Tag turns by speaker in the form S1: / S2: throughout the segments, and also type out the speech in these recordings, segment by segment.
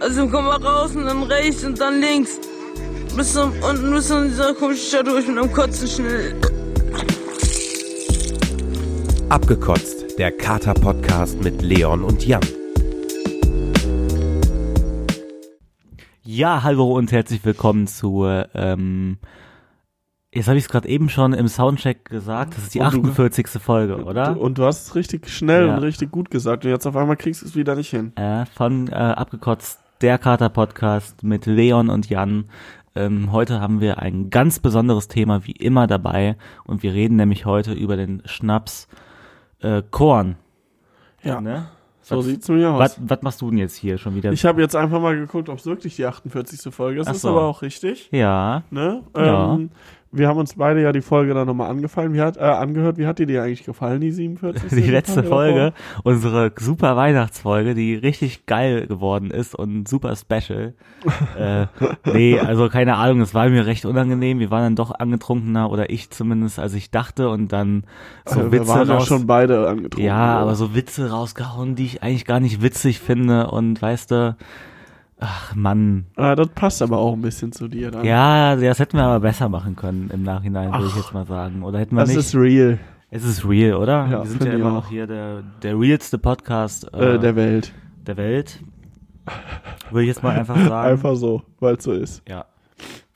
S1: Also komm mal raus und dann rechts und dann links. Bis zum, unten bis in dieser komischen Stadt durch mit einem Kotzen schnell.
S2: Abgekotzt, der Kater-Podcast mit Leon und Jan.
S3: Ja, hallo und herzlich willkommen zu, ähm, jetzt habe ich es gerade eben schon im Soundcheck gesagt, das ist die
S4: Und du-
S3: 48. Folge, oder?
S4: Du, und du hast es richtig schnell
S3: Ja.
S4: und richtig gut gesagt. Und jetzt auf einmal kriegst du es wieder nicht hin.
S3: Äh, von äh, Abgekotzt, der Kater-Podcast mit Leon und Jan. Ähm, heute haben wir ein ganz besonderes Thema wie immer dabei und wir reden nämlich heute über den Schnaps äh, Korn.
S4: Ja,
S3: Ne?
S4: so
S3: was-
S4: sieht's mir aus.
S3: Was, was machst du denn jetzt hier schon wieder?
S4: Ich habe jetzt einfach mal geguckt, ob es wirklich die 48. Folge ist.
S3: Ach
S4: Das ist
S3: so.
S4: aber auch richtig.
S3: ja,
S4: Ne?
S3: Ja.
S4: Ähm, wir haben uns beide ja die Folge dann nochmal angefallen. Wie hat, äh, angehört. Wie hat dir die eigentlich gefallen, die 47.
S3: die letzte Folge,
S4: Folge?
S3: unsere super Weihnachtsfolge, die richtig geil geworden ist und super special. äh, nee, also keine Ahnung, es war mir recht unangenehm. Wir waren dann doch angetrunkener oder ich zumindest, als ich dachte und dann so
S4: Äh, wir
S3: Witze
S4: waren ja
S3: raus.
S4: schon beide angetrunken.
S3: ja, aber so Witze rausgehauen, die ich eigentlich gar nicht witzig finde und weißt du, ach Mann,
S4: Äh, das passt aber auch ein bisschen zu dir dann.
S3: ja, das hätten wir aber besser machen können im Nachhinein, würde ich
S4: Ach.
S3: jetzt mal sagen. Oder hätten wir
S4: Das
S3: nicht.
S4: ist real
S3: es ist real, oder?
S4: Ja,
S3: wir sind
S4: finde
S3: ja
S4: ich
S3: immer
S4: auch.
S3: noch hier der, der realste Podcast
S4: äh, der Welt.
S3: der Welt. Würde ich jetzt mal einfach sagen.
S4: Einfach so, weil es so ist.
S3: Ja.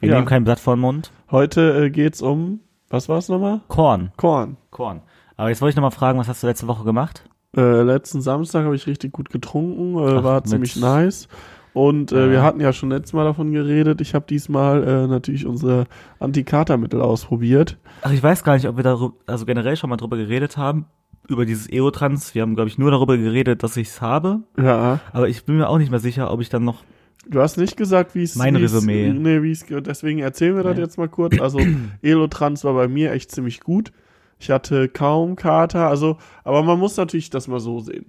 S3: Wir
S4: Ja.
S3: nehmen kein Blatt vor den Mund.
S4: Heute äh, geht's um, was war's nochmal?
S3: Korn.
S4: Korn.
S3: Korn. Aber jetzt wollte ich nochmal fragen, was hast du letzte Woche gemacht?
S4: Äh, letzten Samstag habe ich richtig gut getrunken, äh,
S3: Ach,
S4: war
S3: mit-
S4: ziemlich nice. Und äh,
S3: Ja.
S4: wir hatten ja schon letztes Mal davon geredet. Ich habe diesmal äh, natürlich unsere Antikatermittel ausprobiert.
S3: Ach, ich weiß gar nicht, ob wir darüber, also generell schon mal drüber geredet haben, über dieses Eotrans. Wir haben, glaube ich, nur darüber geredet, dass ich's habe.
S4: Ja.
S3: Aber ich bin mir auch nicht mehr sicher, ob ich dann noch.
S4: Du hast nicht gesagt, wie es
S3: Mein
S4: wie's-
S3: Resümee.
S4: Nee, wie es deswegen erzählen wir das
S3: Ja.
S4: jetzt mal kurz. Also Elotrans war bei mir echt ziemlich gut. Ich hatte kaum Kater, also aber man muss natürlich das mal so sehen.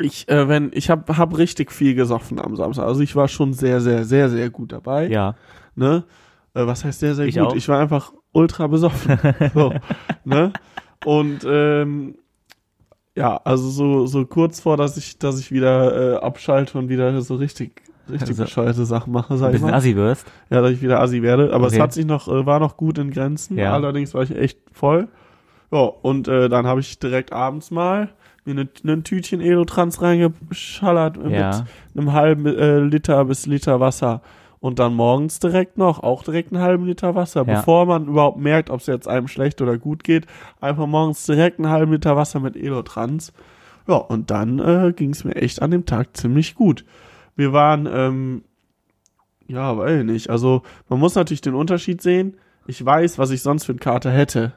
S4: Ich äh, wenn ich habe hab richtig viel gesoffen am Samstag. Also ich war schon sehr sehr sehr sehr gut dabei.
S3: Ja.
S4: ne? Äh, was heißt sehr, sehr
S3: Ich
S4: gut?
S3: auch.
S4: Ich war einfach ultra besoffen. so, ne? Und ähm, ja, also so, so kurz vor, dass ich, dass ich wieder äh, abschalte und wieder so richtig, richtig
S3: Also,
S4: bescheuerte Sachen mache,
S3: Ein
S4: sag ich
S3: bisschen
S4: mal.
S3: assi wirst.
S4: Ja, dass ich wieder Assi werde. Aber
S3: Okay.
S4: es hat sich noch, äh, war noch gut in Grenzen.
S3: Ja.
S4: Allerdings war ich echt voll. Ja, und äh, dann habe ich direkt abends mal mir ein ne, ne Tütchen Elotrans reingeschallert äh, mit
S3: Ja.
S4: einem halben äh, Liter bis Liter Wasser. Und dann morgens direkt noch, auch direkt einen halben Liter Wasser.
S3: Ja.
S4: Bevor man überhaupt merkt, ob es jetzt einem schlecht oder gut geht, einfach morgens direkt einen halben Liter Wasser mit Elotrans. Ja, und dann äh, ging es mir echt an dem Tag ziemlich gut. Wir waren, ähm, ja, weiß ich nicht. Also man muss natürlich den Unterschied sehen. Ich weiß, was ich sonst für einen Kater hätte.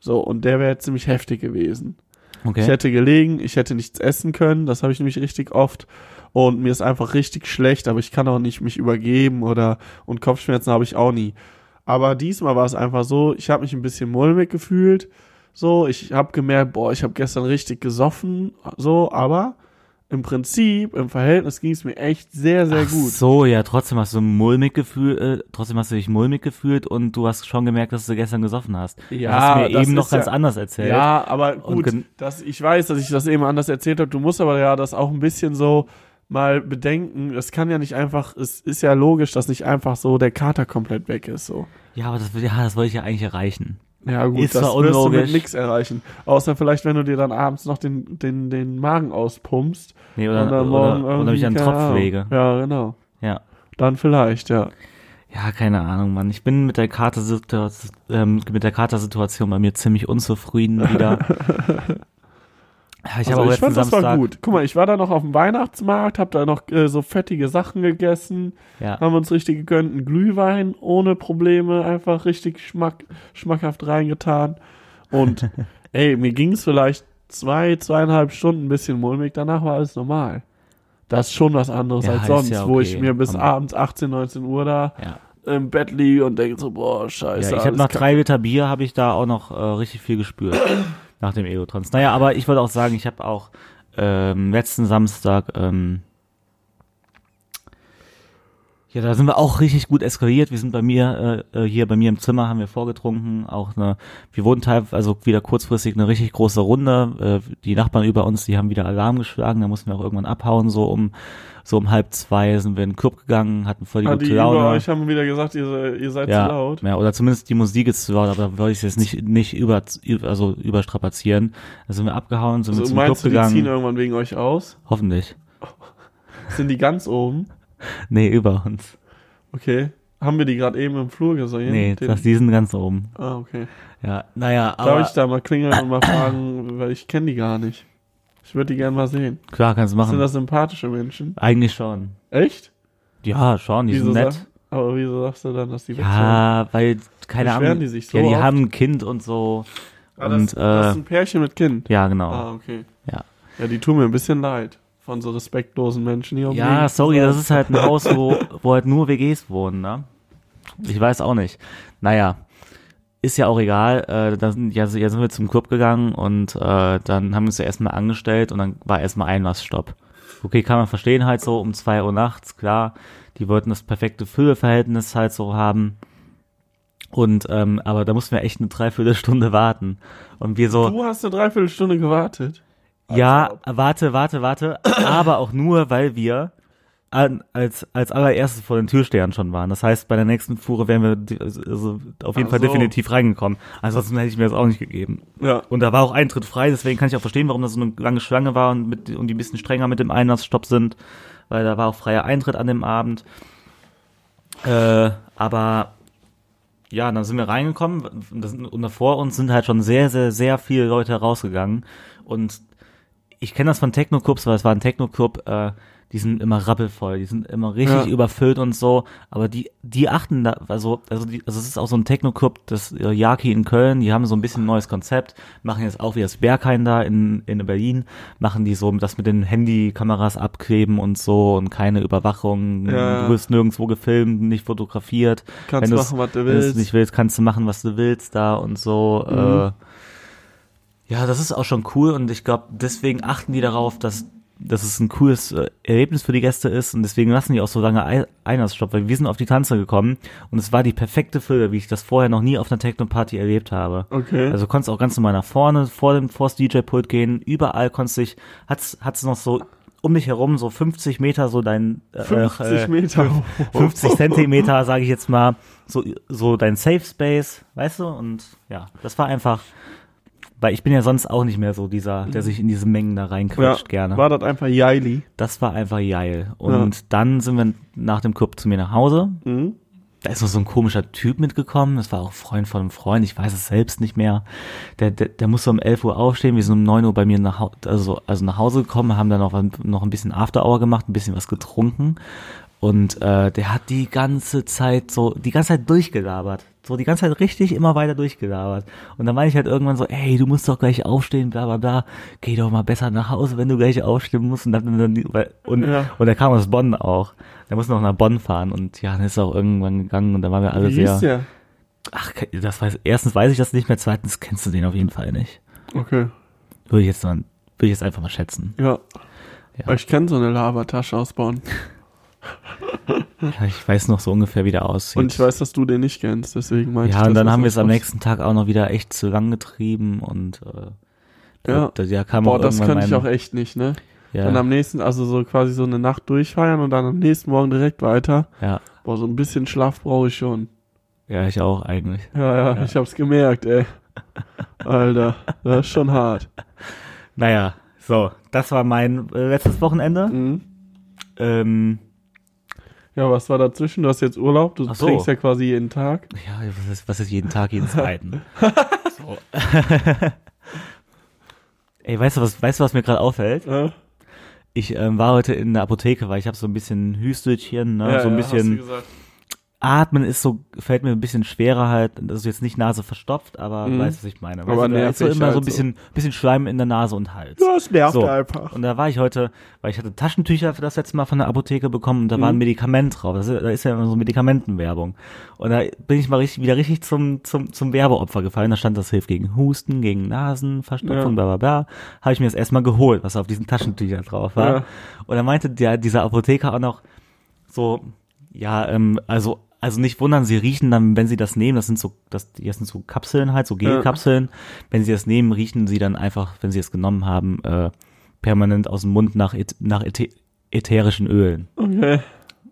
S4: So, und der wäre ziemlich heftig gewesen. Ich
S3: Okay.
S4: hätte gelegen, ich hätte nichts essen können, das habe ich nämlich richtig oft. Und mir ist einfach richtig schlecht, aber ich kann auch nicht mich übergeben oder und Kopfschmerzen habe ich auch nie. Aber diesmal war es einfach so, ich habe mich ein bisschen mulmig gefühlt. So, ich habe gemerkt, boah, ich habe gestern richtig gesoffen, so, aber im Prinzip, im Verhältnis ging es mir echt sehr, sehr
S3: Ach
S4: gut.
S3: So, ja, trotzdem hast du mulmig gefühlt, äh, trotzdem hast du dich mulmig gefühlt und du hast schon gemerkt, dass du gestern gesoffen hast.
S4: Ja,
S3: du hast mir
S4: das
S3: eben noch
S4: ist
S3: ganz
S4: ja-
S3: anders erzählt.
S4: Ja, aber
S3: Und
S4: gut,
S3: gen-
S4: dass ich weiß, dass ich das eben anders erzählt habe. Du musst aber ja das auch ein bisschen so mal bedenken. Das kann ja nicht einfach, es ist ja logisch, dass nicht einfach so der Kater komplett weg ist. So.
S3: Ja, aber das, ja, das wollte ich ja eigentlich erreichen.
S4: Ja, gut,
S3: Ist
S4: das
S3: zwar
S4: wirst du
S3: unlogisch.
S4: mit nichts erreichen. Außer vielleicht, wenn du dir dann abends noch den, den, den Magen auspumpst.
S3: Nee, oder,
S4: und dann
S3: oder,
S4: morgen
S3: oder,
S4: irgendwie,
S3: mich an den
S4: keine
S3: Tropf
S4: Ahnung.
S3: lege.
S4: Ja, genau.
S3: Ja.
S4: Dann vielleicht, ja.
S3: Ja, keine Ahnung, Mann. Ich bin mit der Katersituation, ähm, mit der Katersituation bei mir ziemlich unzufrieden wieder. ja, ich habe auch
S4: also ich
S3: letzten
S4: fand, das
S3: Samstag.
S4: war gut. Guck mal, ich war da noch auf dem Weihnachtsmarkt, hab da noch äh, so fettige Sachen gegessen.
S3: Ja.
S4: haben uns richtig gegönnt, einen Glühwein ohne Probleme, einfach richtig schmack, schmackhaft reingetan. Und ey, mir ging es vielleicht zwei, zweieinhalb Stunden ein bisschen mulmig, danach war alles normal. Das ist schon was anderes
S3: Ja,
S4: als
S3: ist
S4: sonst,
S3: ja
S4: wo
S3: okay.
S4: ich mir bis
S3: Komm.
S4: abends 18, 19 Uhr da
S3: Ja.
S4: im Bett liege und denke so, boah, scheiße.
S3: ja, ich
S4: alles
S3: habe nach
S4: kacke.
S3: drei Liter Bier habe ich da auch noch äh, richtig viel gespürt nach dem Egotrans. Naja, aber ich wollte auch sagen, ich habe auch ähm, letzten Samstag ähm, Ja, da sind wir auch richtig gut eskaliert. Wir sind bei mir, äh, äh, hier bei mir im Zimmer, haben wir vorgetrunken, auch eine, wir wurden teilweise, also wieder kurzfristig eine richtig große Runde. Äh, die Nachbarn über uns, die haben wieder Alarm geschlagen, da mussten wir auch irgendwann abhauen, so um, so um halb zwei sind wir in den Club gegangen, hatten voll die
S4: Ah,
S3: gute
S4: die
S3: Laune.
S4: über euch haben wieder gesagt, ihr, se- ihr seid
S3: ja,
S4: zu laut.
S3: ja, oder zumindest die Musik ist zu laut, aber da wollte ich es jetzt nicht, nicht über, also überstrapazieren. Da sind wir abgehauen, sind wir
S4: Also
S3: zum Club
S4: meinst du, die ziehen
S3: gegangen.
S4: irgendwann wegen euch aus?
S3: Hoffentlich.
S4: Sind die ganz oben?
S3: Nee, über uns.
S4: Okay. Haben wir die gerade eben im Flur gesehen?
S3: Nee,
S4: Den-
S3: das, die sind ganz oben.
S4: ah, okay.
S3: Ja, naja, aber.
S4: Darf ich da mal klingeln und mal fragen, weil ich kenne die gar nicht. Ich würde die gerne mal sehen.
S3: Klar, kannst du machen.
S4: Sind das sympathische Menschen?
S3: Eigentlich schon.
S4: Echt?
S3: Ja, schon, die
S4: wieso
S3: sind nett.
S4: sag- aber wieso sagst du dann, dass die wegfahren?
S3: Ja, weil, keine
S4: Beschweren
S3: Ahnung.
S4: die sich so
S3: ja, die
S4: oft?
S3: haben ein Kind und so.
S4: Ah, das,
S3: und,
S4: das ist
S3: äh,
S4: ein Pärchen mit Kind.
S3: ja, genau.
S4: Ah, okay.
S3: Ja.
S4: Ja, die tun mir ein bisschen leid. Von so respektlosen Menschen hier um
S3: Ja,
S4: umliegen.
S3: sorry, das ist halt ein Haus, wo, wo halt nur WGs wohnen, ne? Ich weiß auch nicht. Naja, ist ja auch egal. Äh, da sind, ja, ja, sind wir zum Club gegangen und äh, dann haben wir uns ja erstmal angestellt und dann war erstmal Einlassstopp. Okay, kann man verstehen halt so um 2 Uhr nachts, klar. Die wollten das perfekte Fülleverhältnis halt so haben. Und, ähm, aber da mussten wir echt eine Dreiviertelstunde warten. Und wir so.
S4: Du hast eine Dreiviertelstunde gewartet.
S3: Ja, warte, warte, warte. Aber auch nur, weil wir an, als, als allererstes vor den Türstehern schon waren. Das heißt, bei der nächsten Fuhre wären wir de- also auf jeden
S4: Ach
S3: Fall
S4: so.
S3: definitiv reingekommen. Ansonsten hätte ich mir das auch nicht gegeben.
S4: Ja.
S3: Und da war auch Eintritt frei, deswegen kann ich auch verstehen, warum das so eine lange Schlange war und, mit, und die ein bisschen strenger mit dem Einlassstopp sind, weil da war auch freier Eintritt an dem Abend. Äh, aber ja, dann sind wir reingekommen und das- und da vor uns sind halt schon sehr, sehr, sehr viele Leute rausgegangen und ich kenne das von Techno-Clubs, weil es war ein Techno-Club, äh, die sind immer rappelvoll, die sind immer richtig
S4: Ja.
S3: überfüllt und so, aber die, die achten da, also, also, die, also es ist auch so ein Techno-Club, das äh, Yaki in Köln, die haben so ein bisschen ein neues Konzept, machen jetzt auch wie das Berghain da in, in Berlin, machen die so das mit den Handykameras abkleben und so und keine Überwachung,
S4: Ja.
S3: du wirst nirgendwo gefilmt, nicht fotografiert,
S4: Kannst
S3: wenn du's-
S4: machen, was du
S3: wenn du's
S4: willst. Mhm.
S3: nicht willst, kannst du machen, was du willst da und so. Äh, ja, das ist auch schon cool und ich glaube, deswegen achten die darauf, dass, dass es ein cooles äh, Erlebnis für die Gäste ist und deswegen lassen die auch so lange Ei- Einlassstopp, weil wir sind auf die Tanze gekommen und es war die perfekte Fülle, wie ich das vorher noch nie auf einer Techno-Party erlebt habe.
S4: Okay.
S3: Also du konntest auch ganz normal nach vorne, vor dem vors DJ-Pult gehen, überall konntest dich, hat's, hat's noch so um dich herum so 50 Meter so dein äh,
S4: 50
S3: äh,
S4: Meter.
S3: 50 Zentimeter, sage ich jetzt mal, so, so dein Safe Space, weißt du? Und ja, das war einfach, weil ich bin ja sonst auch nicht mehr so dieser, der sich in diese Mengen da reinquetscht gerne.
S4: War das einfach Jaili?
S3: das war einfach geil. Und dann sind wir nach dem Club zu mir nach Hause. Da ist noch so ein komischer Typ mitgekommen. Das war auch ein Freund von einem Freund. Ich weiß es selbst nicht mehr. Der, der, der musste um 11 Uhr aufstehen. Wir sind um 9 Uhr bei mir nach, Hau- also, also nach Hause gekommen, haben dann noch, noch ein bisschen After Hour gemacht, ein bisschen was getrunken. Und äh, der hat die ganze Zeit so, die ganze Zeit durchgelabert. So die ganze Zeit richtig immer weiter durchgelabert. Und dann meine ich halt irgendwann so, ey, du musst doch gleich aufstehen, bla bla bla. Geh doch mal besser nach Hause, wenn du gleich aufstehen musst. Und, dann, dann, weil- und,
S4: Ja.
S3: und er kam aus Bonn auch. Der musste noch nach Bonn fahren. Und ja, dann ist er auch irgendwann gegangen und dann waren wir alle
S4: Wie hieß
S3: sehr.
S4: der?
S3: Ach, das weiß, erstens weiß ich das nicht mehr, zweitens kennst du den auf jeden Fall nicht.
S4: Okay.
S3: Würde ich jetzt, dann, würde ich jetzt einfach mal schätzen.
S4: Ja.
S3: Ja.
S4: Ich kenne so eine Labertasche aus Bonn.
S3: Ja, ich weiß noch so ungefähr, wie der aussieht.
S4: Und ich weiß, dass du den nicht kennst, deswegen meinte ich
S3: Ja, und
S4: das
S3: dann
S4: ist
S3: haben wir
S4: was
S3: es am
S4: aus-
S3: nächsten Tag auch noch wieder echt zu lang getrieben und äh, da,
S4: Ja.
S3: da, da kam
S4: Boah,
S3: auch
S4: das
S3: irgendwann
S4: könnte ich
S3: mein,
S4: auch echt nicht, ne? Dann
S3: ja,
S4: am nächsten, also so quasi so eine Nacht durchfeiern und dann am nächsten Morgen direkt weiter.
S3: ja,
S4: Boah, so ein bisschen Schlaf brauche ich schon.
S3: ja, ich auch eigentlich.
S4: Ja, ja, ich hab's gemerkt, ey. Alter, das ist schon hart.
S3: Naja, so, das war mein äh, letztes Wochenende.
S4: Mhm.
S3: Ähm,
S4: Ja, was war dazwischen? Du hast jetzt Urlaub, du
S3: Ach so.
S4: trinkst ja quasi jeden Tag.
S3: ja, was ist, was ist jeden Tag, jeden zweiten? so. Ey, weißt du, was, weißt du, was mir gerade auffällt?
S4: Ne?
S3: Ich ähm, war heute in der Apotheke, weil ich habe so ein bisschen Hüstelchen, ne, so ein
S4: hast du
S3: bisschen
S4: gesagt.
S3: Atmen ist so, fällt mir ein bisschen schwerer halt, also jetzt nicht Nase verstopft, aber
S4: Mhm.
S3: weißt du, was ich meine.
S4: Aber
S3: Weißt du, da
S4: nervig
S3: hast du immer
S4: halt
S3: so ein
S4: so.
S3: bisschen, bisschen Schleim in der Nase und Hals.
S4: Das nervt
S3: So.
S4: einfach.
S3: Und da war ich heute, weil ich hatte Taschentücher für das letzte Mal von der Apotheke bekommen und da
S4: Mhm.
S3: war ein Medikament drauf. Das ist, da ist ja immer so Medikamentenwerbung. Und da bin ich mal richtig, wieder richtig zum, zum, zum Werbeopfer gefallen. Da stand das hilft gegen Husten, gegen Nasenverstopfung, bla bla bla. Habe ich mir das erstmal geholt, was auf diesen Taschentüchern drauf war.
S4: Ja.
S3: Und da meinte der, dieser Apotheker auch noch so, Ja, ähm, also, also nicht wundern, sie riechen dann, wenn sie das nehmen, das sind so, das, das sind so Kapseln halt, so Gelkapseln. Wenn sie das nehmen, riechen sie dann einfach, wenn sie es genommen haben, äh, permanent aus dem Mund nach, Ä- nach Äthe- ätherischen Ölen.
S4: Okay.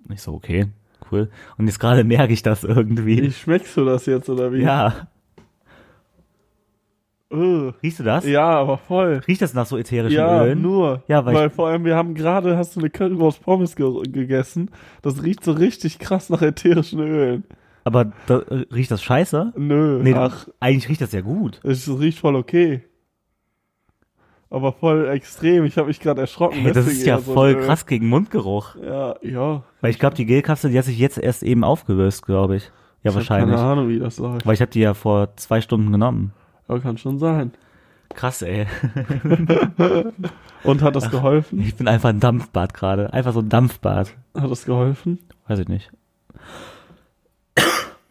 S3: Und Ich so, okay, cool. Und jetzt gerade merke ich das irgendwie.
S4: Wie schmeckst du das jetzt oder wie?
S3: ja.
S4: Ugh.
S3: Riechst du das?
S4: Ja, aber voll.
S3: Riecht das nach so ätherischen
S4: Ja,
S3: Ölen?
S4: nur.
S3: Ja, weil
S4: weil
S3: ich-
S4: vor allem, wir haben gerade, hast du eine Currywurst Pommes ge gegessen. Das riecht so richtig krass nach ätherischen Ölen.
S3: Aber da, äh, riecht das scheiße?
S4: Nö.
S3: Nee,
S4: Ach,
S3: eigentlich riecht das ja gut.
S4: es riecht voll okay. Aber voll extrem. Ich habe mich gerade erschrocken.
S3: Hey, das
S4: deswegen
S3: ist ja
S4: eher so,
S3: voll
S4: nö.
S3: krass gegen Mundgeruch.
S4: Ja, ja.
S3: Weil ich glaube, die Gelkapsel, die hat sich jetzt erst eben aufgelöst, glaube ich. Ja,
S4: Ich hab
S3: wahrscheinlich.
S4: keine Ahnung, wie das läuft.
S3: Weil ich habe die ja vor zwei Stunden genommen.
S4: Aber kann schon sein.
S3: Krass, ey.
S4: Und hat das geholfen?
S3: Ich bin einfach ein Dampfbad gerade. Einfach so ein Dampfbad.
S4: Hat das geholfen?
S3: Weiß ich nicht.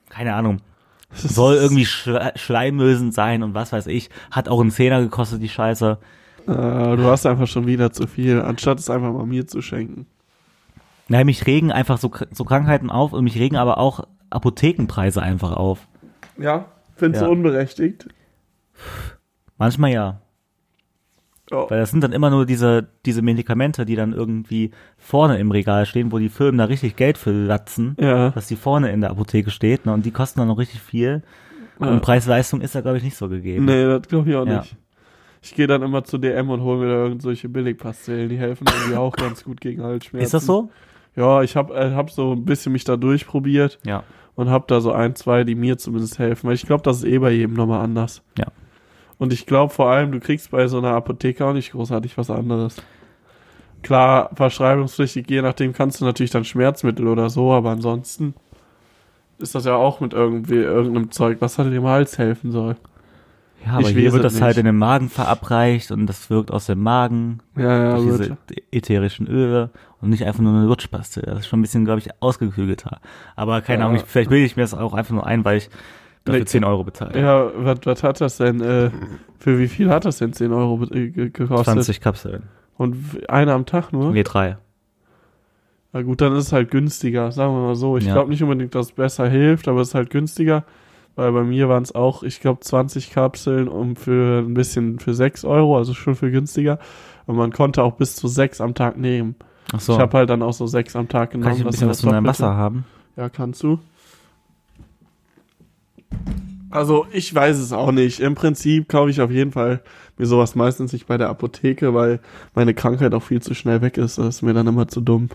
S3: Keine Ahnung. Soll irgendwie schle schleimlösend sein und was weiß ich. Hat auch einen Zehner gekostet, die Scheiße.
S4: Äh, du hast einfach schon wieder zu viel, anstatt es einfach mal mir zu schenken.
S3: Nein, mich regen einfach so, Kr- so Krankheiten auf und mich regen aber auch Apothekenpreise einfach auf.
S4: Ja, findest
S3: Ja.
S4: du unberechtigt?
S3: Manchmal ja.
S4: Ja.
S3: Weil das sind dann immer nur diese, diese Medikamente, die dann irgendwie vorne im Regal stehen, wo die Firmen da richtig Geld für latzen,
S4: Ja.
S3: dass die vorne in der Apotheke steht, ne? Und die kosten dann noch richtig viel.
S4: Ja.
S3: Und Preis-Leistung ist da, glaube ich, nicht so gegeben.
S4: Nee, das glaube ich auch
S3: Ja.
S4: nicht. Ich gehe dann immer zu DM und hole mir da irgendwelche Billigpastillen. Die helfen irgendwie auch ganz gut gegen Halsschmerzen.
S3: Ist das so?
S4: Ja, ich habe äh, hab so ein bisschen mich da durchprobiert
S3: Ja.
S4: und habe da so ein, zwei, die mir zumindest helfen. Weil ich glaube, das ist eh bei jedem nochmal anders.
S3: Ja.
S4: Und ich glaube vor allem, du kriegst bei so einer Apotheke auch nicht großartig was anderes. Klar, verschreibungspflichtig, je nachdem kannst du natürlich dann Schmerzmittel oder so, aber ansonsten ist das ja auch mit irgendwie irgendeinem Zeug, was halt dem Hals helfen soll.
S3: Ja, aber
S4: Ich
S3: hier
S4: weiß
S3: wird
S4: es
S3: das halt
S4: nicht.
S3: in den Magen verabreicht und das wirkt aus dem Magen
S4: Ja, ja,
S3: durch
S4: gut.
S3: diese ätherischen Öle und nicht einfach nur eine Lutschpastille. Das ist schon ein bisschen, glaube ich, ausgeklügelter. Aber keine
S4: Ja.
S3: Ahnung, ich, vielleicht bilde ich mir das auch einfach nur ein, weil ich dafür
S4: Nee.
S3: 10 Euro bezahle.
S4: Ja, was, was hat das denn? Äh, für wie viel hat das denn 10 Euro be- äh, ge- gekostet?
S3: 20 Kapseln.
S4: Und w- eine am Tag nur?
S3: Nee, drei.
S4: Na gut, dann ist es halt günstiger, sagen wir mal so. Ich
S3: Ja.
S4: glaube nicht unbedingt, dass es besser hilft, aber es ist halt günstiger. Weil bei mir waren es auch, ich glaube, 20 Kapseln um für ein bisschen für 6 Euro, also schon für günstiger. Und man konnte auch bis zu 6 am Tag nehmen.
S3: Ach so.
S4: Ich habe halt dann auch so 6 am Tag genommen.
S3: Kann ich ein
S4: das
S3: bisschen
S4: war
S3: was von deinem
S4: doppelt.
S3: Wasser haben?
S4: Ja, kannst du. Also, ich weiß es auch nicht. Im Prinzip kaufe ich auf jeden Fall mir sowas meistens nicht bei der Apotheke, weil meine Krankheit auch viel zu schnell weg ist. Das ist mir dann immer zu dumm.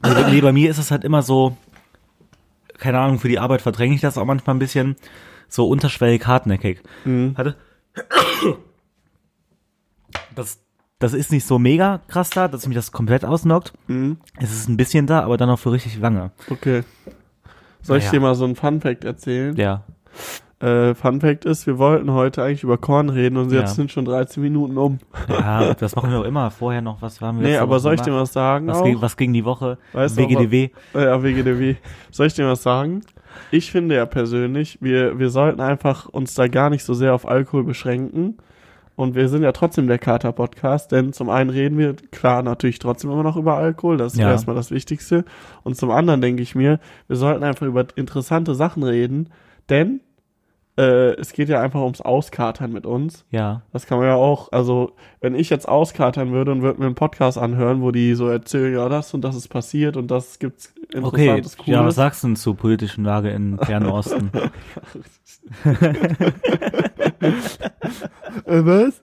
S3: Also, nee, bei mir ist es halt immer so, keine Ahnung, für die Arbeit verdränge ich das auch manchmal ein bisschen, so unterschwellig hartnäckig.
S4: Mhm.
S3: Hatte. Das, das ist nicht so mega krass da, dass mich das komplett ausnockt.
S4: Mhm.
S3: Es ist ein bisschen da, aber dann auch für richtig lange.
S4: Okay. Soll ich
S3: Naja.
S4: dir mal so ein Fun Fact erzählen?
S3: Ja.
S4: Äh, Fun Fact ist, wir wollten heute eigentlich über Korn reden und
S3: Ja.
S4: jetzt sind schon 13 Minuten um.
S3: Ja, das machen wir auch immer. Vorher noch, was waren wir
S4: Nee,
S3: letzte
S4: aber
S3: Woche
S4: soll ich dir
S3: gemacht?
S4: was sagen?
S3: was
S4: auch?
S3: ging, was ging die Woche?
S4: Weißt du noch,
S3: WGDW.
S4: Äh, Ja, WGDW. Soll ich dir was sagen? Ich finde ja persönlich, wir, wir sollten einfach uns da gar nicht so sehr auf Alkohol beschränken. Und wir sind ja trotzdem der Kater-Podcast, denn zum einen reden wir, klar, natürlich trotzdem immer noch über Alkohol, das ist
S3: Ja.
S4: erstmal das Wichtigste. Und zum anderen denke ich mir, wir sollten einfach über interessante Sachen reden, denn äh, es geht ja einfach ums Auskatern mit uns.
S3: Ja.
S4: Das kann man ja auch, also wenn ich jetzt auskatern würde und würde mir einen Podcast anhören, wo die so erzählen, ja, das und das ist passiert und das gibt's
S3: Okay,
S4: interessantes,
S3: ja, was
S4: cooles.
S3: sagst du denn zur politischen Lage im Fernen Osten?
S4: äh, was?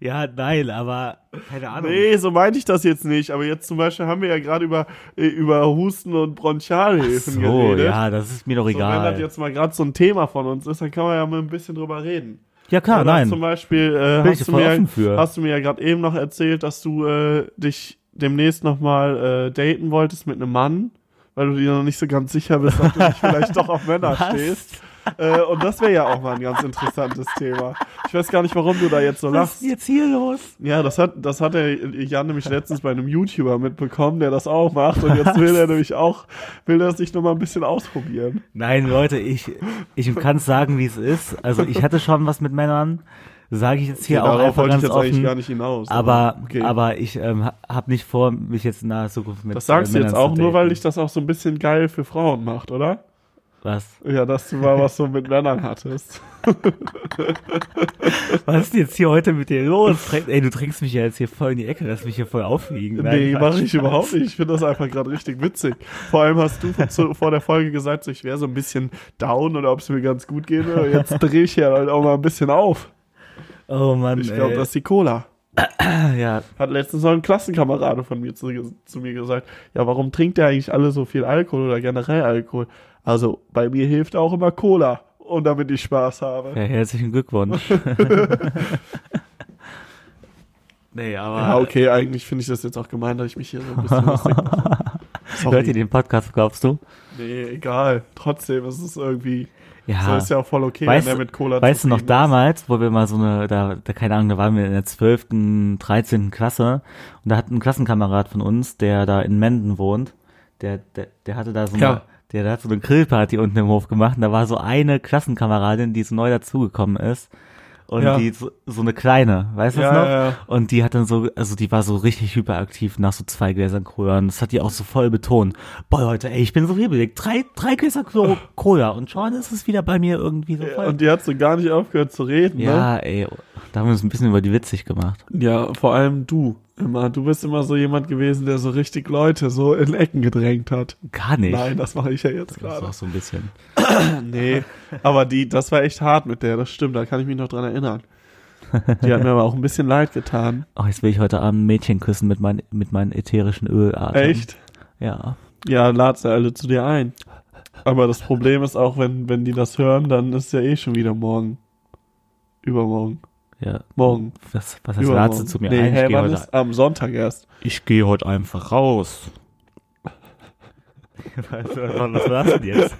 S3: ja, nein, aber keine Ahnung.
S4: Nee, so meinte ich das jetzt nicht, aber jetzt zum Beispiel haben wir ja gerade über, äh, über Husten und Bronchialhilfen
S3: so,
S4: geredet.
S3: ja, das ist mir doch
S4: So, wenn
S3: egal.
S4: das jetzt mal gerade so ein Thema von uns ist, dann kann man ja mal ein bisschen drüber reden.
S3: ja, klar,
S4: Oder
S3: nein.
S4: Zum Beispiel äh,
S3: Bin ich
S4: hast, du
S3: voll
S4: mir,
S3: offen für.
S4: hast du mir ja gerade eben noch erzählt, dass du äh, dich demnächst nochmal äh, daten wolltest mit einem Mann, weil du dir noch nicht so ganz sicher bist, ob du nicht vielleicht doch auf Männer
S3: Was?
S4: stehst. Äh, und das wäre ja auch mal ein ganz interessantes Thema. Ich weiß gar nicht, warum du da jetzt so
S3: Was ist
S4: lachst.
S3: denn jetzt hier los?
S4: Ja, das hat, das hat der Jan nämlich letztens bei einem YouTuber mitbekommen, der das auch macht. Und jetzt will er nämlich auch, will er sich nochmal ein bisschen ausprobieren.
S3: Nein, Leute, ich, ich kann es sagen, wie es ist. Also ich hatte schon was mit Männern. Sage ich jetzt hier auch einfach
S4: Darauf wollte
S3: ganz
S4: ich jetzt eigentlich
S3: offen.
S4: gar nicht hinaus.
S3: aber,
S4: okay.
S3: aber ich ähm, habe nicht vor, mich jetzt in naher Zukunft mit
S4: das sagst
S3: äh,
S4: du jetzt
S3: Männern
S4: auch
S3: zu
S4: nur, weil
S3: daten.
S4: dich das auch so ein bisschen geil für Frauen macht, oder?
S3: Was?
S4: Ja, dass du mal was so mit Männern hattest.
S3: Was ist jetzt hier heute mit dir los? Ey, du trinkst mich ja jetzt hier voll in die Ecke, lass mich hier voll aufliegen.
S4: nee,
S3: Quatsch.
S4: mache ich überhaupt nicht. Ich finde das einfach gerade richtig witzig. Vor allem hast du zu, vor der Folge gesagt, so, ich wäre so ein bisschen down oder ob es mir ganz gut geht. Jetzt drehe ich ja halt auch mal ein bisschen auf.
S3: Oh Mann,
S4: Ich glaube,
S3: ey. Ah,
S4: das ist die Cola.
S3: ja,
S4: Hat letztens noch ein Klassenkamerade von mir zu, zu mir gesagt, ja, warum trinkt ihr eigentlich alle so viel Alkohol oder generell Alkohol? Also, bei mir hilft auch immer Cola. Und damit ich Spaß habe.
S3: ja, herzlichen Glückwunsch. nee, aber
S4: Ja, Ah, okay, eigentlich finde ich das jetzt auch gemein, dass ich mich hier so ein bisschen lustig mache.
S3: hört ihr
S4: Sorry.
S3: den Podcast, glaubst du?
S4: Nee, egal. Trotzdem ist es irgendwie,
S3: Ja.
S4: so ist ja auch voll okay,
S3: Weißt,
S4: wenn er mit Cola
S3: weißt du noch
S4: zufrieden ist.
S3: damals, wo wir mal so eine, da, da keine Ahnung, da waren wir in der 12., 13. Klasse und da hat ein Klassenkamerad von uns, der da in Menden wohnt, der, der, der hatte da so eine,
S4: Ja.
S3: der, der hat so eine Grillparty unten im Hof gemacht und da war so eine Klassenkameradin, die so neu dazugekommen ist. Und
S4: Ja.
S3: die so, so eine kleine, weißt du
S4: Ja,
S3: das noch?
S4: ja, ja.
S3: Und die hat dann so, also die war so richtig hyperaktiv nach so zwei Gläsern Cola. Und das hat die auch so voll betont. Boah, Leute, ey, ich bin so hebelig. Drei, drei Gläser Clo- Cola. Und schon ist es wieder bei mir irgendwie so voll.
S4: Und die hat so gar nicht aufgehört zu reden, ne?
S3: ja, ey, da haben wir uns ein bisschen über die witzig gemacht.
S4: Ja, vor allem du. Immer, du bist immer so jemand gewesen, der so richtig Leute so in Ecken gedrängt hat.
S3: Gar nicht.
S4: Nein, das mache ich ja jetzt
S3: das war
S4: gerade.
S3: auch so ein bisschen.
S4: Nee, aber die, das war echt hart mit der, das stimmt, da kann ich mich noch dran erinnern. Die hat mir aber auch ein bisschen leid getan.
S3: Oh, jetzt will ich heute Abend ein Mädchen küssen mit, mein, mit meinen ätherischen Ölarten.
S4: Echt?
S3: Ja.
S4: Ja, lad sie alle zu dir ein. Aber das Problem ist auch, wenn, wenn die das hören, dann ist ja eh schon wieder morgen. Übermorgen.
S3: Ja.
S4: Morgen.
S3: Was, was heißt
S4: Übermorgen.
S3: Latze zu mir
S4: nee,
S3: ein?
S4: hey,
S3: ich gehe
S4: wann
S3: heute,
S4: ist? Am Sonntag erst.
S3: ich geh heute einfach raus. was, was war's denn jetzt?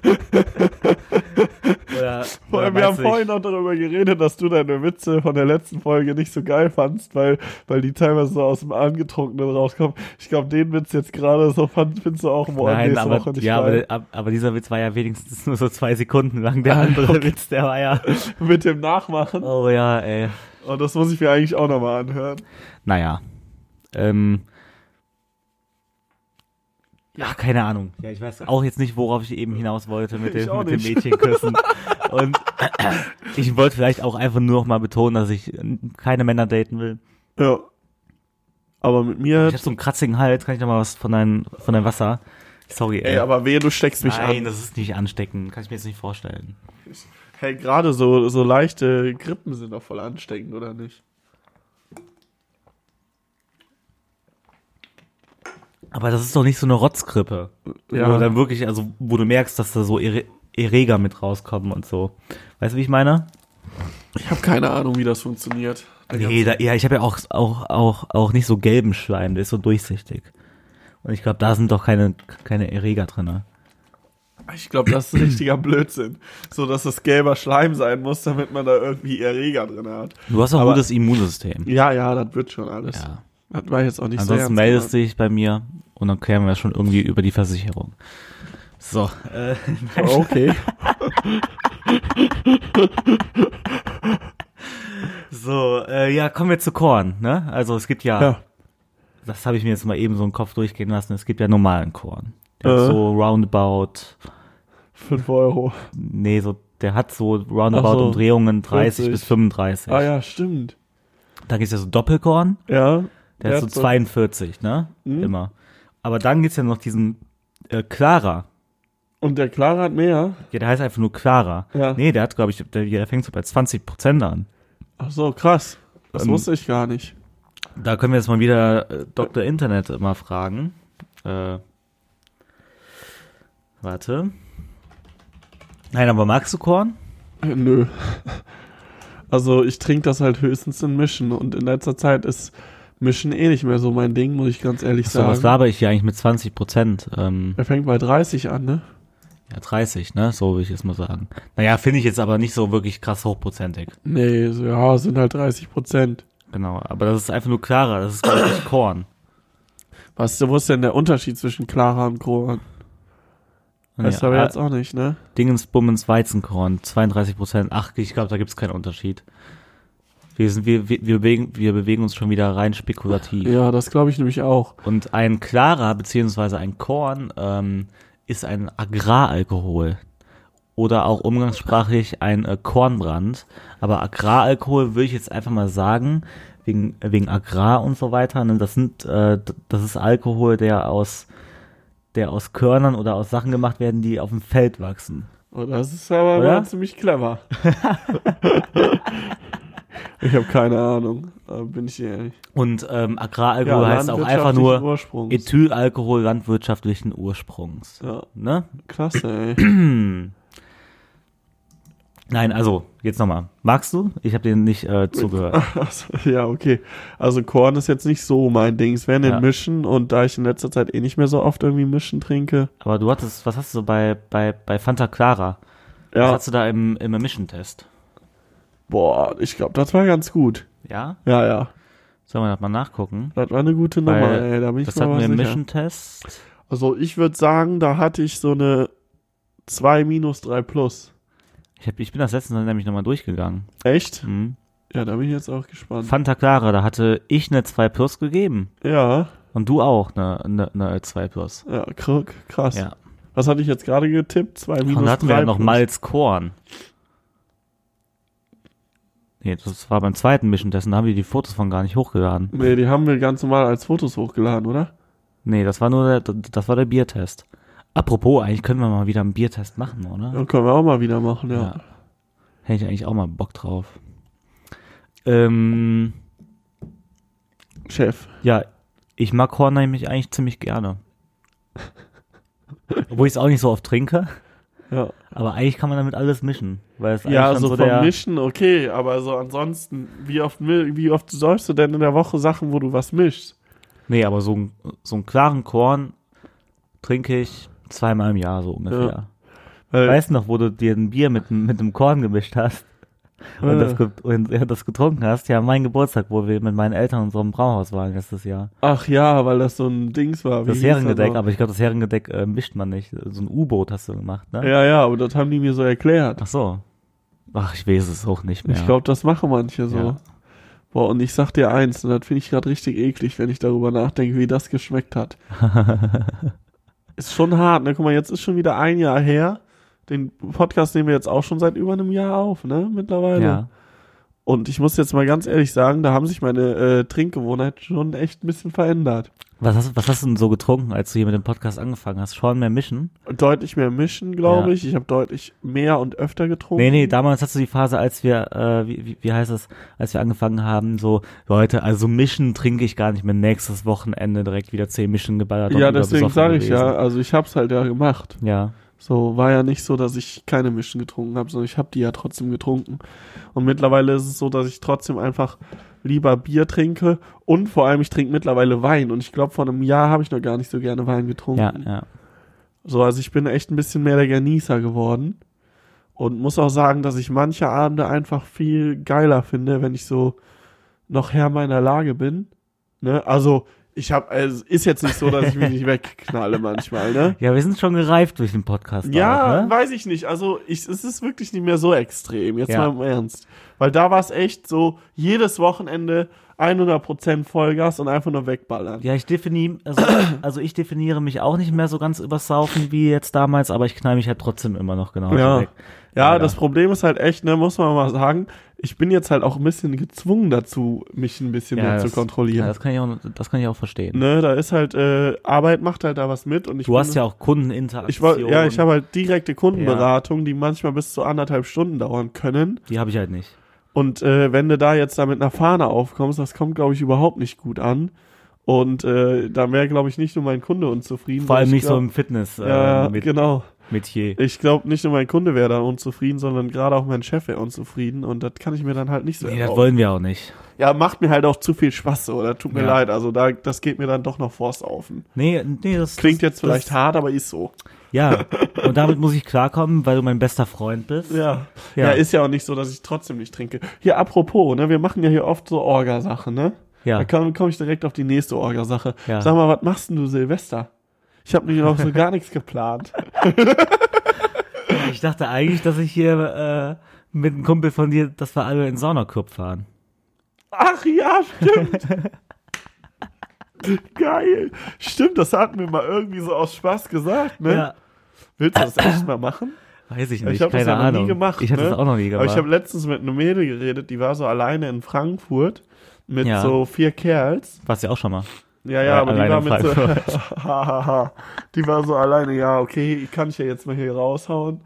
S3: oder,
S4: Vor
S3: oder
S4: allem, wir haben
S3: meinst du, ich-
S4: vorhin auch darüber geredet, dass du deine Witze von der letzten Folge nicht so geil fandst, weil, weil die teilweise so aus dem Angetrunkenen rauskommen. Ich glaube, den Witz jetzt gerade so fand, findest du auch morgen
S3: Nein,
S4: nächste
S3: aber,
S4: Woche nicht
S3: ja, aber,
S4: geil.
S3: ab- aber dieser Witz war ja wenigstens nur so zwei Sekunden lang.
S4: Ah,
S3: Der andere Witz, der war ja.
S4: Mit dem Nachmachen.
S3: Oh ja, ey.
S4: Und das muss ich mir eigentlich auch nochmal anhören.
S3: Naja. Ähm. Ja, keine Ahnung. Ja, ich weiß auch jetzt nicht, worauf ich eben hinaus wollte mit,
S4: Ich
S3: dem,
S4: auch
S3: mit dem
S4: nicht.
S3: Mädchen küssen. Und ich wollte vielleicht auch einfach nur noch mal betonen, dass ich äh, keine Männer daten will.
S4: Ja. Aber mit mir.
S3: Ich hab so einen kratzigen Hals, kann ich noch mal was von deinem von deinem Wasser? Sorry, ey.
S4: Ey, aber wehe, du steckst mich
S3: Nein,
S4: an.
S3: das ist nicht ansteckend, kann ich mir jetzt nicht vorstellen.
S4: Hey, gerade so, so leichte Grippen sind doch voll ansteckend, oder nicht?
S3: Aber das ist doch nicht so eine Rotzkrippe.
S4: Ja.
S3: Ja. Wo dann wirklich, also wo du merkst, dass da so Ere- Erreger mit rauskommen und so. Weißt du, wie ich meine?
S4: Ich habe keine Ahnung, wie das funktioniert.
S3: Nee, da, ja, ich habe ja auch, auch, auch, auch nicht so gelben Schleim, der ist so durchsichtig. Und ich glaube, da sind doch keine, keine Erreger ne? drinne.
S4: Ich glaube, das ist richtiger Blödsinn. So, dass es gelber Schleim sein muss, damit man da irgendwie Erreger drin hat.
S3: Du hast auch ein
S4: Aber-
S3: gutes Immunsystem.
S4: Ja, ja, das wird schon alles.
S3: Ja.
S4: Das war jetzt auch nicht
S3: Ansonsten
S4: sehr
S3: meldest du dich bei mir und dann klären wir das schon irgendwie über die Ernst gemeint. Versicherung. So, äh,
S4: Okay.
S3: so, äh, ja, kommen wir zu Korn, ne? Also es gibt ja,
S4: Ja.
S3: das habe ich mir jetzt mal eben so im Kopf durchgehen lassen, es gibt ja normalen Korn. Der hat
S4: Äh.
S3: so roundabout,
S4: 5 Euro.
S3: nee, so, der hat so
S4: Ach
S3: roundabout
S4: so,
S3: Umdrehungen 30
S4: 40.
S3: bis 35.
S4: Ah ja, stimmt.
S3: Da gibt's ja so Doppelkorn.
S4: Ja. Mhm.
S3: Der ist so
S4: hat
S3: 42, ne? Immer. Aber dann gibt's ja noch diesen äh, Clara.
S4: Und der Clara hat mehr.
S3: Ja, der heißt einfach nur Clara.
S4: Ja.
S3: Nee, der hat, glaube ich, der, der fängt so bei 20 Prozent an.
S4: Ach so, krass. Das
S3: Ähm,
S4: wusste ich gar nicht.
S3: Da können wir jetzt mal wieder äh, Dr. Internet immer fragen. Äh, warte. Nein, aber magst du Korn?
S4: Äh, Nö. Also ich trinke das halt höchstens in Mischen und in letzter Zeit ist Mischen eh nicht mehr so mein Ding, muss ich ganz ehrlich
S3: So, was
S4: sagen.
S3: laber ich hier eigentlich mit 20 Prozent? Ähm,
S4: Er fängt bei 30 an, ne?
S3: ja, 30, ne? So würde ich jetzt mal sagen. Naja, finde ich jetzt aber nicht so wirklich krass hochprozentig.
S4: Nee, so, ja, sind halt 30 Prozent.
S3: Genau, aber das ist einfach nur Clara. Das ist, glaube ich, Korn.
S4: Was, wo ist denn der Unterschied zwischen Clara und Kroan? Weißt du aber
S3: Ja, äh, Ah.
S4: jetzt auch nicht, ne?
S3: Dingens, Bummens, Weizenkorn, 32 Prozent. Ach, ich glaube, da gibt's keinen Unterschied. Wir, sind, wir, wir, wir, bewegen, wir bewegen uns schon wieder rein spekulativ.
S4: Ja, das glaube ich nämlich auch.
S3: Und ein klarer beziehungsweise ein Korn ähm, ist ein Agraralkohol. Oder auch umgangssprachlich ein äh, Kornbrand. Aber Agraralkohol würde ich jetzt einfach mal sagen, wegen, wegen Agrar und so weiter. Ne, das, sind, äh, d- das ist Alkohol, der aus, der aus Körnern oder aus Sachen gemacht werden, die auf dem Feld wachsen.
S4: Oh, das ist aber
S3: Oder?
S4: mal ziemlich clever. ich habe keine Ahnung, äh, bin ich ehrlich.
S3: Und ähm, Agraralkohol heißt auch einfach
S4: landwirtschaftlichen
S3: nur
S4: Ursprungs.
S3: Ethylalkohol landwirtschaftlichen Ursprungs.
S4: ja,
S3: Ne?
S4: klasse, ey.
S3: Nein, also, jetzt nochmal. Magst du? Ich habe dir nicht äh, zugehört.
S4: Also, ja, okay. Also Korn ist jetzt nicht so mein Ding. Es wäre ein
S3: Ja.
S4: Mischen und da ich in letzter Zeit eh nicht mehr so oft irgendwie Mischen trinke.
S3: Aber du hattest, was hast du bei, bei, bei Fanta Clara? Was
S4: Ja,
S3: hast du da im, im Emission-Test?
S4: boah, ich glaube, das war ganz gut.
S3: Ja?
S4: Ja, ja,
S3: Sollen wir das mal nachgucken?
S4: das war eine gute Nummer,
S3: Weil
S4: ey. Da bin ich
S3: Das
S4: mal
S3: hatten
S4: was
S3: wir im
S4: sicher.
S3: Mission-Test.
S4: Also ich würde sagen, da hatte ich so eine 2 minus 3 plus.
S3: Ich, hab, ich bin das letzte Mal nämlich nochmal durchgegangen.
S4: Echt?
S3: Mhm.
S4: Ja, da bin ich jetzt auch gespannt.
S3: Fanta Clara, da hatte ich eine 2 Plus gegeben.
S4: Ja,
S3: Und du auch eine, eine, eine 2 Plus.
S4: ja, kr- krass.
S3: Ja.
S4: Was hatte ich jetzt gerade getippt? 2 minus
S3: Und da hatten wir
S4: drei
S3: ja noch
S4: plus.
S3: Malzkorn. Nee, das war beim zweiten Mission-Test. und Da haben wir die Fotos von gar nicht hochgeladen.
S4: Nee, die haben wir ganz normal als Fotos hochgeladen, oder?
S3: Nee, das war nur der, das war der Biertest. Apropos, eigentlich können wir mal wieder einen Biertest machen, oder?
S4: Ja, können wir auch mal wieder machen, ja.
S3: Ja. Hätte ich eigentlich auch mal Bock drauf. Ähm,
S4: Chef.
S3: ja, ich mag Korn nämlich eigentlich ziemlich gerne. Obwohl ich es auch nicht so oft trinke,
S4: Ja,
S3: aber eigentlich kann man damit alles mischen. Weil es eigentlich
S4: ja
S3: schon
S4: so,
S3: so
S4: vom
S3: der,
S4: Mischen, okay, aber so ansonsten, wie oft, mi- wie oft säufst du denn in der Woche Sachen, wo du was mischst?
S3: Nee, aber so, einen- so einen klaren Korn trinke ich zweimal im Jahr so ungefähr.
S4: Weil,
S3: Weißt du noch, wo du dir ein Bier mit, mit einem Korn gemischt hast? Und, das, ge- und ja, das getrunken hast, ja, mein Geburtstag, wo wir mit meinen Eltern in unserem Brauhaus waren letztes Jahr.
S4: Ach ja, weil das so ein Dings war. wie
S3: Das
S4: hieß das
S3: Herrengedeck,
S4: noch?
S3: aber ich glaube, das Herrengedeck äh, mischt man nicht. So ein U-Boot hast du gemacht, ne?
S4: Ja, ja, aber das haben die mir so erklärt.
S3: Ach so. Ach, ich weiß es auch nicht mehr.
S4: Ich glaube, das machen manche so.
S3: Ja.
S4: Boah, und ich sag dir eins, und das finde ich gerade richtig eklig, wenn ich darüber nachdenke, wie das geschmeckt hat. ist schon hart, ne? Guck mal, jetzt ist schon wieder ein Jahr her. Den Podcast nehmen wir jetzt auch schon seit über einem Jahr auf, ne? Mittlerweile.
S3: ja.
S4: Und ich muss jetzt mal ganz ehrlich sagen, da haben sich meine äh, Trinkgewohnheiten schon echt ein bisschen verändert.
S3: Was hast, was hast du denn so getrunken, als du hier mit dem Podcast angefangen hast? Schon mehr mischen?
S4: Deutlich mehr mischen, glaube
S3: Ja.
S4: ich. Ich habe deutlich mehr und öfter getrunken.
S3: Nee, nee, damals hast du die Phase, als wir, äh, wie, wie, wie heißt das, als wir angefangen haben, so, Leute, also Mischen trinke ich gar nicht mehr. Nächstes Wochenende direkt wieder zehn Mischen geballert. und
S4: ja, deswegen
S3: überbesoffen
S4: sage ich ja.
S3: gewesen.
S4: Also ich hab's halt ja gemacht.
S3: Ja.
S4: So, war ja nicht so, dass ich keine Mischen getrunken habe, sondern ich habe die ja trotzdem getrunken. Und mittlerweile ist es so, dass ich trotzdem einfach lieber Bier trinke und vor allem ich trinke mittlerweile Wein. Und ich glaube, vor einem Jahr habe ich noch gar nicht so gerne Wein getrunken.
S3: Ja, ja.
S4: So, also ich bin echt ein bisschen mehr der Genießer geworden. Und muss auch sagen, dass ich manche Abende einfach viel geiler finde, wenn ich so noch Herr meiner Lage bin. Ne? Also, ich habe, also, ist jetzt nicht so, dass ich mich nicht wegknalle manchmal, ne?
S3: Ja, wir sind schon gereift durch den Podcast.
S4: Ja,
S3: auch, ne?
S4: weiß ich nicht. Also ich, es ist wirklich nicht mehr so extrem, jetzt
S3: Ja.
S4: mal im Ernst. Weil da war es echt so, jedes Wochenende 100% Vollgas und einfach nur wegballern.
S3: Ja, ich definiere, also, also ich definiere mich auch nicht mehr so ganz übers Saufen wie jetzt damals, aber ich knall mich halt trotzdem immer noch genau
S4: Ja.
S3: weg.
S4: Ja,
S3: Ja.
S4: das Problem ist halt echt, ne, muss man mal sagen, ich bin jetzt halt auch ein bisschen gezwungen dazu, mich ein bisschen mehr
S3: das,
S4: um zu kontrollieren.
S3: Ja, das kann ich auch, das kann ich auch verstehen.
S4: ne, da ist halt, äh, Arbeit macht halt da was mit und ich
S3: du hast
S4: bin,
S3: ja auch Kundeninteraktion.
S4: ich war, ja, ich habe halt direkte Kundenberatung, die manchmal bis zu anderthalb Stunden dauern können.
S3: Die habe ich halt nicht.
S4: Und äh, wenn du da jetzt da mit einer Fahne aufkommst, das kommt, glaube ich, überhaupt nicht gut an. Und äh, da wäre, glaube ich, nicht nur mein Kunde unzufrieden.
S3: Vor allem
S4: sondern
S3: nicht
S4: ich
S3: so
S4: glaub,
S3: im Fitness äh,
S4: Ja,
S3: mit,
S4: genau.
S3: Metier.
S4: Ich glaube, nicht nur mein Kunde wäre dann unzufrieden, sondern gerade auch mein Chef wäre unzufrieden. Und das kann ich mir dann halt nicht so
S3: Nee, das
S4: erlauben.
S3: wollen wir auch nicht.
S4: Ja, macht mir halt auch zu viel Spaß, so. Da tut mir
S3: Ja.
S4: leid. Also, da, das geht mir dann doch noch vors Aufen.
S3: Nee, nee, das
S4: Klingt
S3: das,
S4: jetzt vielleicht
S3: Das,
S4: hart, aber ist so.
S3: ja, und damit muss ich klarkommen, weil du mein bester Freund bist.
S4: Ja. ja.
S3: Ja.
S4: ist ja auch nicht so, dass ich trotzdem nicht trinke. Hier, apropos, ne, wir machen ja hier oft so Orgasachen, ne?
S3: Ja.
S4: Da komme komm ich direkt auf die nächste Orgasache.
S3: Ja.
S4: Sag mal, was machst denn du Silvester? Ich habe nämlich noch so gar nichts geplant.
S3: Ich dachte eigentlich, dass ich hier äh, mit einem Kumpel von dir, dass wir alle in den Saunaclub fahren.
S4: Ach ja, stimmt. Geil. Stimmt, das hatten wir mal irgendwie so aus Spaß gesagt, ne?
S3: Ja,
S4: Willst du das echt mal machen?
S3: weiß ich
S4: Ja,
S3: nicht,
S4: ich habe
S3: keine
S4: das ja
S3: Ahnung.
S4: noch nie gemacht.
S3: ich hatte
S4: ne?
S3: das auch noch nie
S4: Aber
S3: gemacht.
S4: ich habe letztens mit einer Mädel geredet, die war so alleine in Frankfurt mit
S3: Ja.
S4: so vier Kerls.
S3: Warst ja auch schon mal.
S4: Ja, ja,
S3: Ja,
S4: aber die
S3: alleine
S4: war
S3: in
S4: mit so. Hahaha. die war so alleine, ja, okay, ich kann ich ja jetzt mal hier raushauen.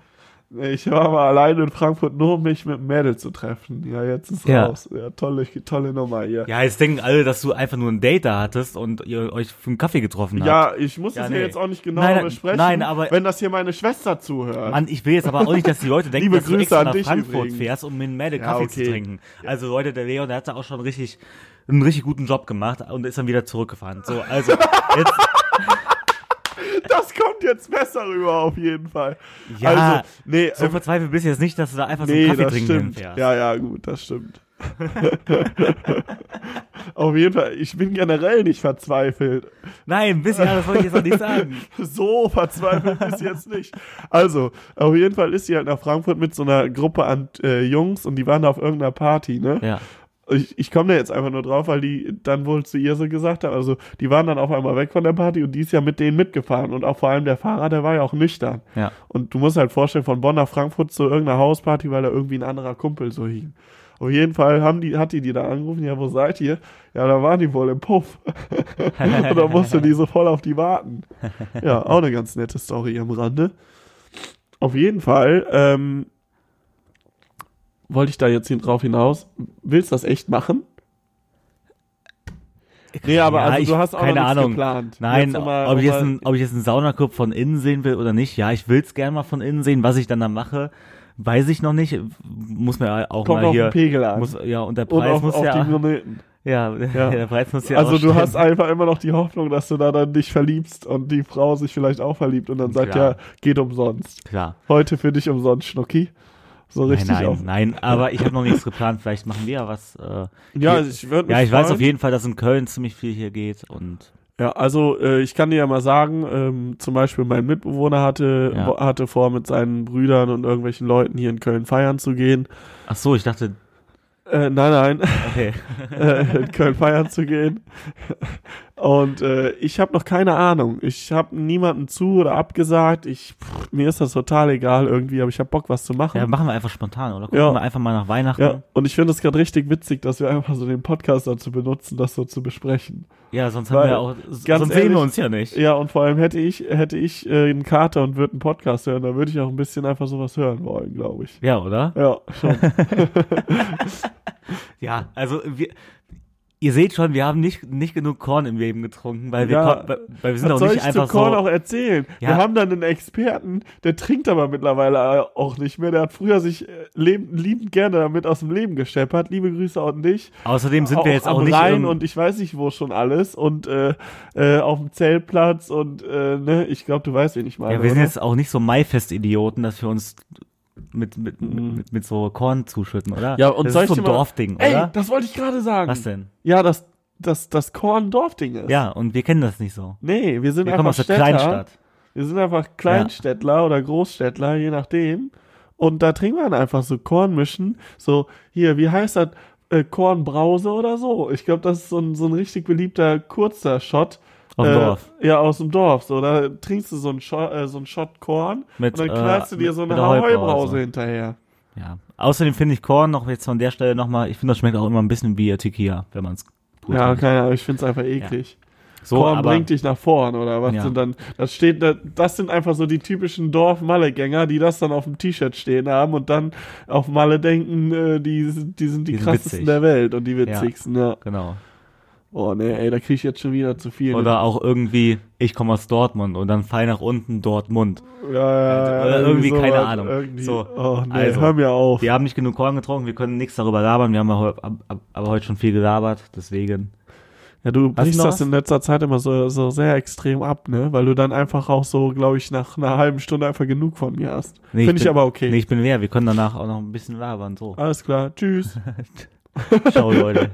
S4: Ich war mal alleine in Frankfurt, nur um mich mit Mädel zu treffen. Ja, jetzt ist
S3: Ja.
S4: raus. Ja, tolle, tolle Nummer hier.
S3: Ja, jetzt denken alle, dass du einfach nur ein Date da hattest und ihr euch für einen Kaffee getroffen habt.
S4: Ja, ich muss
S3: Ja,
S4: es
S3: nee.
S4: hier jetzt auch nicht genau
S3: Nein, nein,
S4: besprechen,
S3: nein, aber-
S4: wenn das hier meine Schwester zuhört.
S3: Mann, ich will jetzt aber auch nicht, dass die Leute denken,
S4: Liebe
S3: dass du
S4: Grüße
S3: extra
S4: an
S3: nach
S4: dich
S3: Frankfurt
S4: übrigens.
S3: fährst, um mit einem Mädel
S4: Ja,
S3: Kaffee
S4: okay.
S3: zu trinken. Also Leute, der Leon, der hat da auch schon richtig, einen richtig guten Job gemacht und ist dann wieder zurückgefahren. So, also, jetzt,
S4: Das kommt jetzt besser rüber auf jeden Fall.
S3: Ja,
S4: also, nee,
S3: so
S4: ähm,
S3: verzweifelt bist du jetzt nicht, dass du da einfach so
S4: nee,
S3: einen Kaffee
S4: das
S3: trinken
S4: stimmt.
S3: hinfährst.
S4: Ja, ja, gut, das stimmt. auf jeden Fall, ich bin generell nicht verzweifelt.
S3: Nein, ein bisschen, ja, das wollte ich jetzt noch nicht sagen.
S4: So verzweifelt ist jetzt nicht. Also, auf jeden Fall ist sie halt nach Frankfurt mit so einer Gruppe an äh, Jungs und die waren da auf irgendeiner Party, ne?
S3: Ja.
S4: ich, ich komme da jetzt einfach nur drauf, weil die dann wohl zu ihr so gesagt haben. Also, die waren dann auf einmal weg von der Party und die ist ja mit denen mitgefahren. Und auch vor allem der Fahrer, der war ja auch nüchtern.
S3: Ja.
S4: Und du musst halt vorstellen, von Bonn nach Frankfurt zu irgendeiner Hausparty, weil da irgendwie ein anderer Kumpel so hing. Auf jeden Fall haben die, hat die die da angerufen, ja, wo seid ihr? Ja, da waren die wohl im Puff. und da musste die so voll auf die warten. Ja, auch eine ganz nette Story am Rande. Auf jeden Fall, ähm, wollte ich da jetzt hin- drauf hinaus. Willst du das echt machen? Nee, aber
S3: Ja,
S4: also,
S3: ich-
S4: du hast auch
S3: keine
S4: noch nichts
S3: Ahnung.
S4: geplant.
S3: Nein,
S4: Jetzt mal-
S3: ob, ich jetzt
S4: mal-
S3: ein, ob ich jetzt einen Saunacup von innen sehen will oder nicht, ja, ich will's gerne mal von innen sehen. Was ich dann da mache, weiß ich noch nicht. Muss mir ja auch
S4: kommt
S3: mal
S4: auf
S3: hier.
S4: den Pegel an.
S3: muss, ja, und der
S4: und
S3: Preis
S4: auf,
S3: muss
S4: auf
S3: ja,
S4: die Minuten.
S3: ja,
S4: Ja.
S3: Der Preis muss ja
S4: Also
S3: auch
S4: du hast
S3: stimmen.
S4: einfach immer noch die Hoffnung, dass du da dann dich verliebst und die Frau sich vielleicht auch verliebt und dann sagt,
S3: Klar.
S4: ja, geht umsonst.
S3: Klar.
S4: Heute für dich umsonst, Schnucki. So
S3: Nein,
S4: richtig
S3: nein,
S4: auf.
S3: nein, aber ich habe noch nichts geplant. Vielleicht machen wir ja was. Äh,
S4: Ja,
S3: hier-
S4: also ich würd mich
S3: Ja, ich weiß
S4: freuen.
S3: auf jeden Fall, dass in Köln ziemlich viel hier geht und
S4: Ja, also äh, ich kann dir ja mal sagen, ähm, zum Beispiel mein Mitbewohner hatte,
S3: Ja.
S4: wo- hatte vor, mit seinen Brüdern und irgendwelchen Leuten hier in Köln feiern zu gehen.
S3: ach so, ich dachte,
S4: Äh, nein, nein,
S3: okay.
S4: äh, in Köln feiern zu gehen. Und äh, ich habe noch keine Ahnung. Ich habe niemanden zu oder abgesagt. Ich, pff, mir ist das total egal irgendwie, aber ich habe Bock, was zu machen.
S3: Ja, machen wir einfach spontan, oder? Gucken
S4: Ja.
S3: wir einfach mal nach Weihnachten.
S4: Ja, und ich finde es gerade richtig witzig, dass wir einfach so den Podcast dazu benutzen, das so zu besprechen.
S3: Ja, sonst
S4: Weil,
S3: haben wir auch, sonst sehen
S4: ehrlich,
S3: wir uns ja nicht.
S4: Ja, und vor allem hätte ich, hätte ich äh, einen Kater und würde einen Podcast hören, dann würde ich auch ein bisschen einfach sowas hören wollen, glaube ich.
S3: Ja, oder?
S4: Ja, schon.
S3: Ja, also wir, ihr seht schon, wir haben nicht, nicht genug Korn im Leben getrunken, weil wir,
S4: Ja.
S3: kon- weil, weil wir sind
S4: Was
S3: auch
S4: soll
S3: nicht
S4: ich zu
S3: einfach
S4: Korn auch
S3: so.
S4: erzählen? Wir
S3: Ja.
S4: haben dann einen Experten, der trinkt aber mittlerweile äh, auch nicht mehr. Der hat früher sich äh, leb- liebend gerne damit aus dem Leben gescheppert. Liebe Grüße an dich.
S3: Außerdem sind wir jetzt auch
S4: am
S3: nicht
S4: Rhein
S3: im-
S4: und ich weiß nicht wo schon alles und äh, äh, auf dem Zeltplatz und äh, ne, ich glaube, du weißt, wen ich meine.
S3: ja, wir sind
S4: oder?
S3: jetzt auch nicht so Maifest-Idioten, dass wir uns mit, mit, mit, mit so Korn zuschütten, oder?
S4: Mhm. Ja, und
S3: das
S4: soll
S3: ist so
S4: ich
S3: ein
S4: dir mal-
S3: Dorfding,
S4: Ey,
S3: oder?
S4: das wollte ich gerade sagen.
S3: Was denn?
S4: Ja, das, das, das Korn-Dorfding ist.
S3: Ja, und wir kennen das nicht so.
S4: Nee, wir sind
S3: Wir
S4: einfach
S3: kommen aus der
S4: Städter.
S3: Kleinstadt.
S4: Wir sind einfach Kleinstädtler oder Großstädtler, je nachdem. Und da trinken wir dann einfach so Kornmischen. So, hier, wie heißt das? Äh, Kornbrause oder so. Ich glaube, das ist so ein, so ein richtig beliebter kurzer Shot. Äh,
S3: Auf dem Dorf.
S4: Ja, aus dem Dorf. So, da trinkst du so einen Shot, äh, so einen Shot Korn
S3: Mit,
S4: und dann
S3: äh,
S4: knallst du dir
S3: mit-
S4: so
S3: mit
S4: eine
S3: der
S4: Heubrause,
S3: Heubrause.
S4: hinterher.
S3: Ja. Außerdem finde ich Korn noch jetzt an der Stelle nochmal, ich finde, das schmeckt auch immer ein bisschen wie Tequila, wenn man es gut
S4: Ja,
S3: trinkt.
S4: keine Ahnung, ich find's einfach eklig.
S3: So,
S4: Korn
S3: aber,
S4: bringt dich nach vorn oder was
S3: Ja.
S4: sind dann das steht da- das sind einfach so die typischen Dorf Malle Gänger, die das dann auf dem T-Shirt stehen haben und dann auf Malle denken, äh, die, sind- die sind die,
S3: Die sind
S4: krassesten
S3: witzig.
S4: der Welt und die witzigsten. Ja.
S3: Genau.
S4: Oh nee, ey, da krieg ich jetzt schon wieder zu viel.
S3: Oder auch irgendwie, ich komme aus Dortmund und dann fall nach unten Dortmund.
S4: ja, ja, ja,
S3: oder irgendwie, keine
S4: sowas,
S3: Ahnung.
S4: Irgendwie.
S3: So,
S4: oh nee,
S3: also.
S4: hör mir auf.
S3: Wir haben nicht genug Korn getrunken, wir können nichts darüber labern. Wir haben aber, heu- ab- ab- aber heute schon viel gelabert, deswegen.
S4: Ja,
S3: Hast
S4: du
S3: du
S4: brichst
S3: noch
S4: das
S3: was?
S4: in letzter Zeit immer so, so sehr extrem ab, ne? Weil du dann einfach auch so, glaube ich, nach einer halben Stunde einfach genug von mir hast.
S3: Nee,
S4: Finde ich,
S3: bin-
S4: aber okay.
S3: Nee, ich bin leer. Wir können danach auch noch ein bisschen labern. So.
S4: Ah. Alles klar, tschüss.
S3: Ciao, Leute.